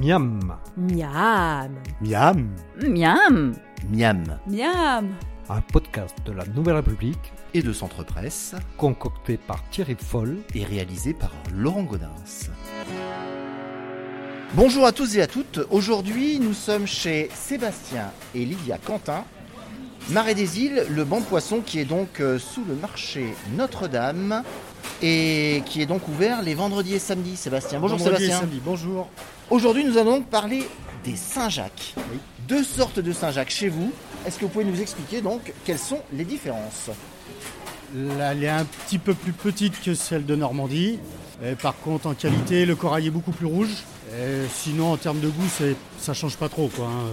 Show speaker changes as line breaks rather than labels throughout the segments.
Miam.
Miam.
Miam.
Miam.
Miam
Miam.
Un podcast de la Nouvelle République
et de Centre Presse
concocté par Thierry Foll.
est réalisé par Laurent Gaudens. Bonjour à tous et à toutes. Aujourd'hui, nous sommes chez Sébastien et Lydia Quentin. Marais des Îles, le banc de poissons qui est donc euh, sous le marché Notre-Dame et qui est donc ouvert les vendredis et samedis. Sébastien, bonjour
Vendredi et
Sébastien.
samedi, bonjour.
Aujourd'hui, nous allons donc parler des Saint-Jacques.
Oui.
Deux sortes de Saint-Jacques chez vous. Est-ce que vous pouvez nous expliquer donc quelles sont les différences
Là, elle est un petit peu plus petite que celle de Normandie. Et par contre, en qualité, le corail est beaucoup plus rouge. Et sinon, en termes de goût, c'est- ça change pas trop. quoi, hein.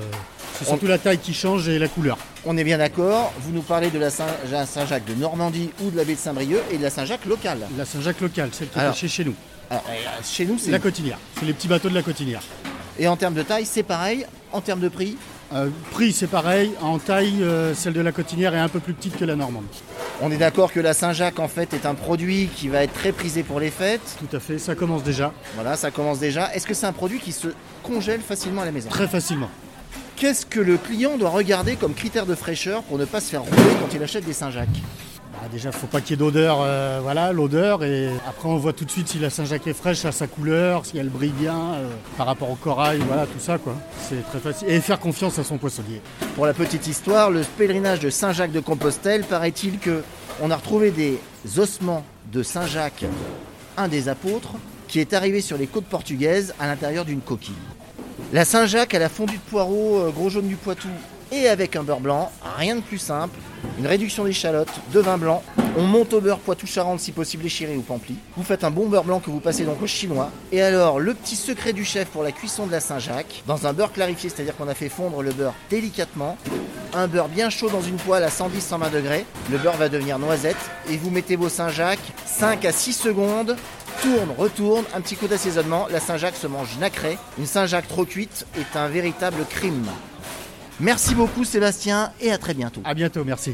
C'est surtout la taille qui change et la couleur.
On est bien d'accord, vous nous parlez de la Saint- la Saint-Jacques de Normandie ou de la baie de Saint-Brieuc et de la Saint-Jacques locale.
La Saint-Jacques locale, celle qui
Alors,
est pêchée chez nous.
Alors, euh, chez nous, c'est.
La Cotinière. C'est les petits bateaux de la Cotinière.
Et en termes de taille, c'est pareil. En termes de prix,
Euh, prix, c'est pareil. En taille, euh, celle de la Cotinière est un peu plus petite que la Normande.
on est d'accord que la Saint-Jacques en fait est un produit qui va être très prisé pour les fêtes.
Tout à fait, ça commence déjà
Voilà, ça commence déjà. Est-ce que c'est un produit qui se congèle facilement à la maison
très facilement.
Qu'est-ce que le client doit regarder comme critère de fraîcheur pour ne pas se faire rouler quand il achète des Saint-Jacques
Bah, déjà, faut pas qu'il y ait d'odeur, euh, voilà, l'odeur. Et après, on voit tout de suite si la Saint-Jacques est fraîche, à sa couleur, si elle brille bien euh, par rapport au corail, voilà, tout ça, quoi. C'est très facile. Et faire confiance à son poissonnier.
Pour la petite histoire, le pèlerinage de Saint-Jacques de Compostelle, paraît-il que on a retrouvé des ossements de Saint-Jacques, un des apôtres, qui est arrivé sur les côtes portugaises à l'intérieur d'une coquille. La Saint-Jacques à la fondue de poireaux, euh, gros jaune du Poitou et avec un beurre blanc, rien de plus simple, une réduction d'échalotes, de vin blanc, on monte au beurre Poitou-Charentes si possible déchiré ou pampli, vous faites un bon beurre blanc que vous passez donc au chinois, et alors le petit secret du chef pour la cuisson de la Saint-Jacques, dans un beurre clarifié, c'est-à-dire qu'on a fait fondre le beurre délicatement, un beurre bien chaud dans une poêle à 110-120 degrés, le beurre va devenir noisette, et vous mettez vos Saint-Jacques, 5 à 6 secondes, Tourne, retourne, un petit coup d'assaisonnement, la Saint-Jacques se mange nacrée. Une Saint-Jacques trop cuite est un véritable crime. Merci beaucoup Sébastien et à très bientôt.
À bientôt, merci.